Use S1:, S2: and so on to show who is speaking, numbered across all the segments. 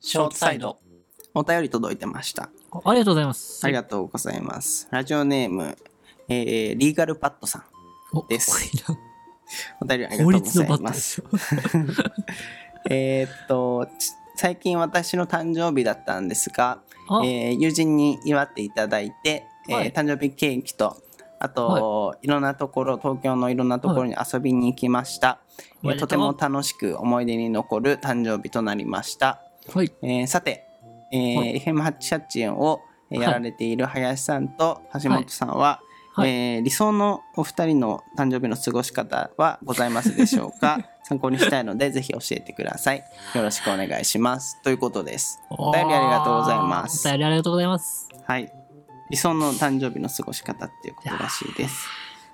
S1: ショートサイド。
S2: お便り届いてました。
S3: ありがとうございます。
S2: ありがとうございます。ラジオネーム、えー、リーガルパッドさん。
S3: お
S2: です
S3: これな
S2: お便りありがと
S3: 法
S2: うご
S3: 律
S2: ざ
S3: のバ
S2: い
S3: ッタ
S2: ま。
S3: ですしょ。
S2: えーっと、ち最近私の誕生日だったんですが、
S3: あ、
S2: えー友人に祝っていただいて、えー
S3: はい
S2: 誕生日ケーキとあと、い、ろんなところ東京のいろんなところに遊びに行きました、
S3: お
S2: えー
S3: めで
S2: と
S3: と
S2: て
S3: う
S2: も楽しく思い出に残る誕生日となりました、
S3: はい。
S2: えーさて、えー
S3: は
S2: FM88 をえー
S3: はい
S2: やられている林さんと橋本さんは、
S3: はい
S2: えー理想のお二人の誕生日の過ごし方はございますでしょう か参考にしたいのでぜひ教えてくださいよろしくお願いしますということです
S3: お
S2: 便りありがとうございます
S3: お便りありがとうございます。
S2: はい。理想の誕生日の過ごし方っていうことらしいです。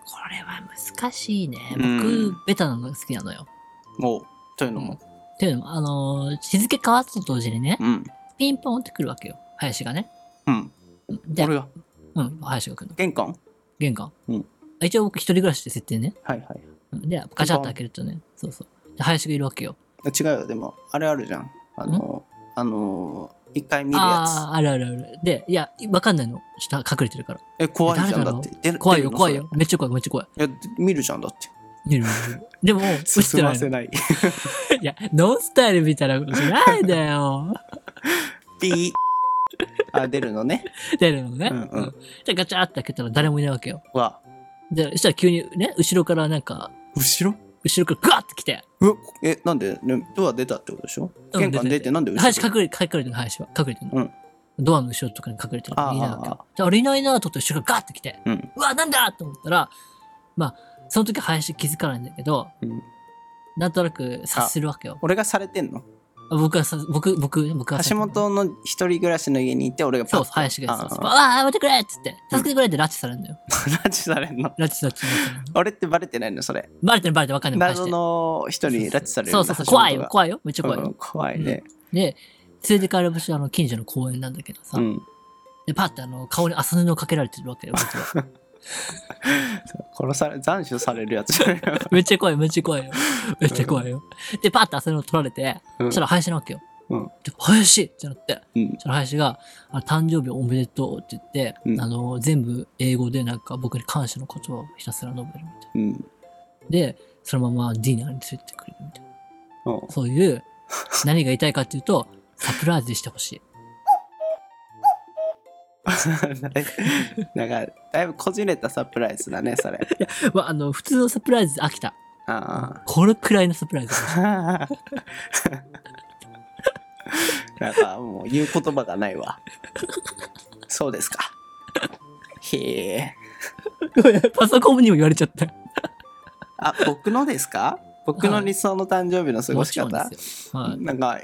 S3: これは難しいね。
S2: う
S3: 僕、
S2: ん
S3: ベタなのが好きなのよ。
S2: もう、というの
S3: うん
S2: も。
S3: っていうのも、あのー日付変わったと同時にね、
S2: うん。
S3: ピンポンってくるわけよ。林がね。
S2: うん。
S3: で、
S2: 俺は、
S3: うん、林が来るの。
S2: 玄関
S3: 玄関。
S2: うん
S3: 一応僕一人暮らしって設定ね。
S2: はいはい。
S3: うんで、ガチャッと開けるとね、そうそう。で、林がいるわけよ。
S2: 違うよ、でも、あれあるじゃん。あの、あの、一回見るや
S3: ああ、あるあるある。で、いや、わかんないの。ちょっと隠れてるから。
S2: つ。え、怖いじゃん。
S3: 誰
S2: だ
S3: だろ
S2: っ
S3: う
S2: て。出る
S3: 怖いよ、
S2: 出るの
S3: 怖いよ。めっちゃ怖い、めっちゃ怖い。
S2: それいや、見るじゃん、だって。
S3: 見る見る見るで も、映って
S2: 進
S3: な
S2: ま
S3: い
S2: せ
S3: の。
S2: ない。
S3: いや、ノンスタイルみたいなことしないで よ。
S2: ピー。あ、出るのね。
S3: 出るのね。
S2: うんうん
S3: で、ガチャって開けたら誰もいないわけよ。
S2: わ、
S3: で、そしたら急にね、後ろからなんか、
S2: 後ろ
S3: 後ろからガーって来て、
S2: うわ、え、なんで、ねドア出たってことでしょ
S3: うん
S2: 玄関出
S3: 出
S2: て、
S3: て
S2: なんで後
S3: 林
S2: ろ
S3: 隠れ、隠れてるの、林は。隠れてるの。ドアの後ろとかに隠れてる
S2: ああ
S3: の。いないわけ
S2: ああ
S3: よ。で、あれいないなと思って後ろからガーって来て、
S2: うん。
S3: うわ、なんだと思ったら、まあ、その時林気づかないんだけど、
S2: うん
S3: なんとなく察するわけよ。
S2: 俺がされてんの
S3: 僕はさ、僕、僕、僕はさ
S2: 橋本の一人暮らしの家にいて、俺が
S3: そ
S2: パ
S3: う、
S2: ッ
S3: 林がさ、
S2: ああ
S3: わあ、待ってくれっつって、助けてくれって拉致されるんだよ。
S2: と拉致されんの。
S3: 拉致、拉致、拉致されるの。
S2: 俺ってバレてないのそれ
S3: バレてるバレてるわかんない。
S2: 謎の人に拉致される
S3: そうそうそう、怖いよ、
S2: い
S3: 怖いよ、めっちゃ怖いよ。
S2: 怖いね
S3: で、連れて帰る場所はあの近所の公園なんだけどさ、
S2: うん
S3: で、パッてあの顔に麻布をかけられてるわけよ、 僕
S2: 殺
S3: は
S2: され斬首されるやつ
S3: めっちゃ怖い、めっちゃ怖いよ。めっちゃ怖いよ。で、パッて麻布を取られて、
S2: うん
S3: そしたら林なわけよ。
S2: うん
S3: で、林ってなって、
S2: うん
S3: そしたら林が、あ誕生日おめでとうって言って、
S2: うん
S3: あの、全部英語でなんか僕に感謝の言葉をひたすら述べるみたい
S2: うん
S3: な。で、そのままディナーに連れてくれるみたいな。
S2: おう
S3: そういう、何が言いたいかっていうと、サプライズでしてほしい。
S2: なんかだいぶこじれたサプライズだねそれ
S3: まあ、あの、普通のサプライズで飽きた。
S2: あ
S3: これくらいのサプライズでした
S2: あ なんかもう言う言葉がないわそうですかへえ
S3: ごめんパソコンにも言われちゃった。
S2: あ僕のですか僕の理想の誕生日の過ご
S3: も
S2: し
S3: ちろん
S2: 方
S3: ですよ。はい。
S2: なんか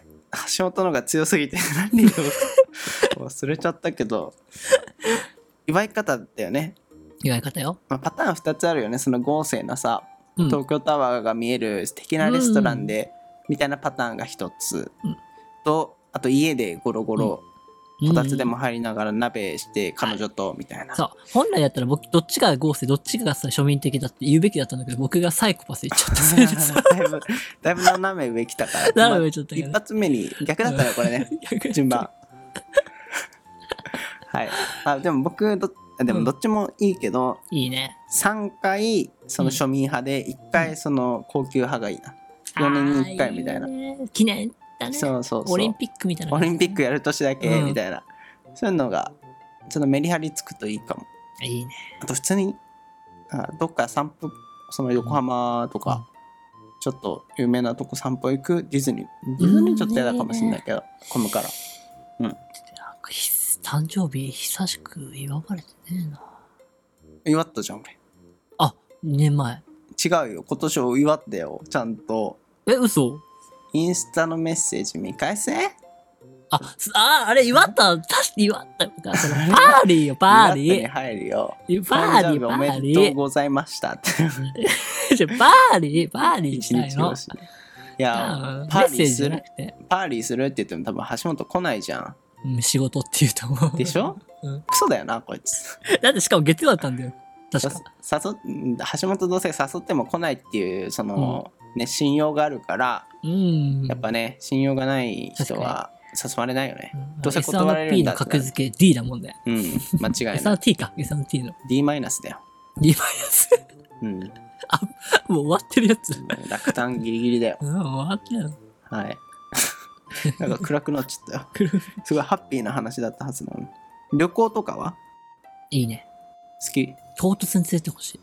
S2: 橋本のが強す ぎて何を忘れちゃったけど祝い方だよね、
S3: 祝い方よ。
S2: まあ、パターン2つあるよねその豪勢なさ
S3: うん。
S2: 東京タワーが見える素敵なレストランで、みたいなパターンが1つ、
S3: うん
S2: とあと家でゴロゴロ
S3: うん
S2: こたつでも。入りながら鍋して彼女とみたいな、
S3: そう。本来だったら僕、どっちが合成、どっちがさ、庶民的だって言うべきだったんだけど、僕がサイコパス 言っちゃったせいでさ。
S2: だいぶだいぶ斜め上来たから
S3: 斜め上ちょっと
S2: まあ一発目に逆だったよこれね 順番 はいあでも僕どあで
S3: う
S2: も
S3: ん
S2: どっちもいいけど、
S3: いいね。
S2: 3回その庶民派で1回その高級派がいいな、4年に1回みたいな
S3: あーいいね記念だね。
S2: そうそうそう
S3: オリンピックみたいな
S2: オ
S3: 感じ。
S2: リンピックやる年だけ
S3: うん
S2: みたいな、そういうのがちょっとメリハリつくといいかも
S3: いいね。
S2: あと普通にあどっか散歩その横浜とか、ちょっと有名なとこ散歩行くディズニーディズニーちょっと嫌だかもしれないけど、混むから
S3: なんかひ誕生日、久しく祝われてねえな。
S2: 祝ったじゃん俺
S3: あ、2年前。
S2: 違うよ今年を祝ったよちゃんと
S3: え、嘘
S2: インスタのメッセージ見返せ
S3: あ、すあー、あれ、祝った、確かに祝ったよ。パーリーよ、パーリ
S2: に
S3: ー。
S2: 入るよ。
S3: パーリー、
S2: 誕生日
S3: パ
S2: おめ
S3: ー
S2: で
S3: リ
S2: とう
S3: ー。
S2: ございましたって。
S3: じゃあ、パーリー、パーリ ー
S2: 一
S3: したい
S2: 日
S3: の
S2: 越。しに。いや
S3: う、ん
S2: パ
S3: メ
S2: ー
S3: ッセ
S2: リ
S3: ー
S2: ー
S3: ジじ
S2: す
S3: ゃな
S2: る、
S3: くて、
S2: パーリーするって言っても多分橋本来ないじゃん。
S3: うん仕事っていうと思う。
S2: でしょ
S3: うん
S2: クソだよな、こいつ。
S3: だってしかも月曜だったんだよ。確か。
S2: さ誘っ橋本どうせ誘っても来ないっていう、その、ね、信用があるから、
S3: うん。
S2: やっぱね、信用がない人は誘われないよね。どうせ断られる
S3: S&P
S2: んだ
S3: の
S2: ってなる
S3: 格付け D だもんね。
S2: うん、間違いない。
S3: S&T か。S&T の
S2: D マイナスだよ。
S3: D マイナス。
S2: うん。
S3: もう終わってるやつ。
S2: 落胆ギリギリだよ。
S3: うん、終わってるよ。
S2: はい。なんか暗くなっちゃったよ。すごいハッピーな話だったはずなのに。旅行とかはい
S3: いね。
S2: 好き
S3: 唐突に連れてほしい。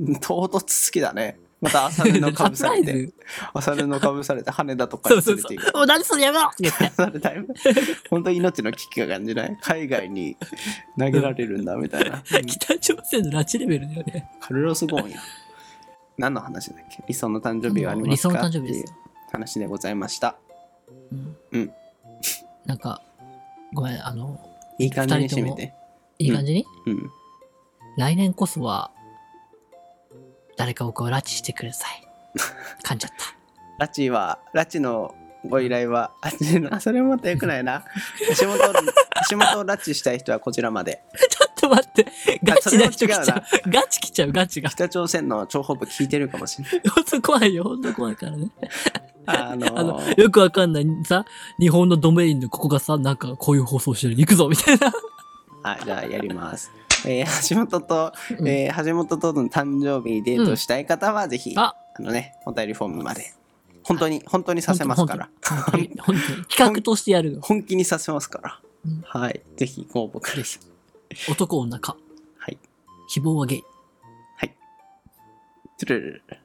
S2: うん唐突好きだね。また朝練のかぶ
S3: サ
S2: さ
S3: プラ
S2: れ
S3: イ
S2: て、
S3: ズ。
S2: 朝練のかぶされて羽田とか
S3: そ
S2: に
S3: うそ
S2: 連
S3: う
S2: れ
S3: そ
S2: て行く。
S3: う。もう何それやめろって言って。
S2: それだいぶ、 本当に命の危機が感じない。海外に投げられるんだみたい な。
S3: 北朝鮮の拉致レベルだよね。
S2: カルロス・ゴーンや。何の話だっけ理想の誕生日はあり
S3: 理
S2: ます
S3: 想の
S2: か
S3: 誕
S2: って
S3: 生日です
S2: いう
S3: よ。
S2: 話でございました。
S3: うん。
S2: うん
S3: なんか、ごめん、あの、
S2: いい感じに締めて。
S3: いい感じに、
S2: うん。
S3: 来年こそは、誰か僕を拉致してください。噛んじゃった。
S2: ラチは、ラチのご依頼は、あ違うなそれもまた良くない な。橋本、橋本を拉致したい人はこちらまで。
S3: ちょっと待って。ガチな人来ち
S2: それ
S3: ゃ
S2: も
S3: う。ガチ来ちゃう、ガチが。
S2: 北朝鮮の諜報部聞いてるかもしれない。
S3: ほんと怖いよ、ほんと怖いからね。
S2: あの
S3: あの、よくわかんないさ、日本のドメインのここがさ、なんかこういう放送してる、行くぞみたいな。
S2: あじゃあやります。えー橋本と、えー橋本との誕生日にデートしたい方は、ぜひ、あ
S3: あ
S2: のね、お便りフォームまで。本当に、本当にさせますから。
S3: 本当に。本当に。企画としてやるよ。
S2: 本気にさせますから。
S3: うん
S2: はい。ぜひご応募ください。
S3: 男女か。
S2: はい。
S3: 希望はゲイ。
S2: トゥルルルル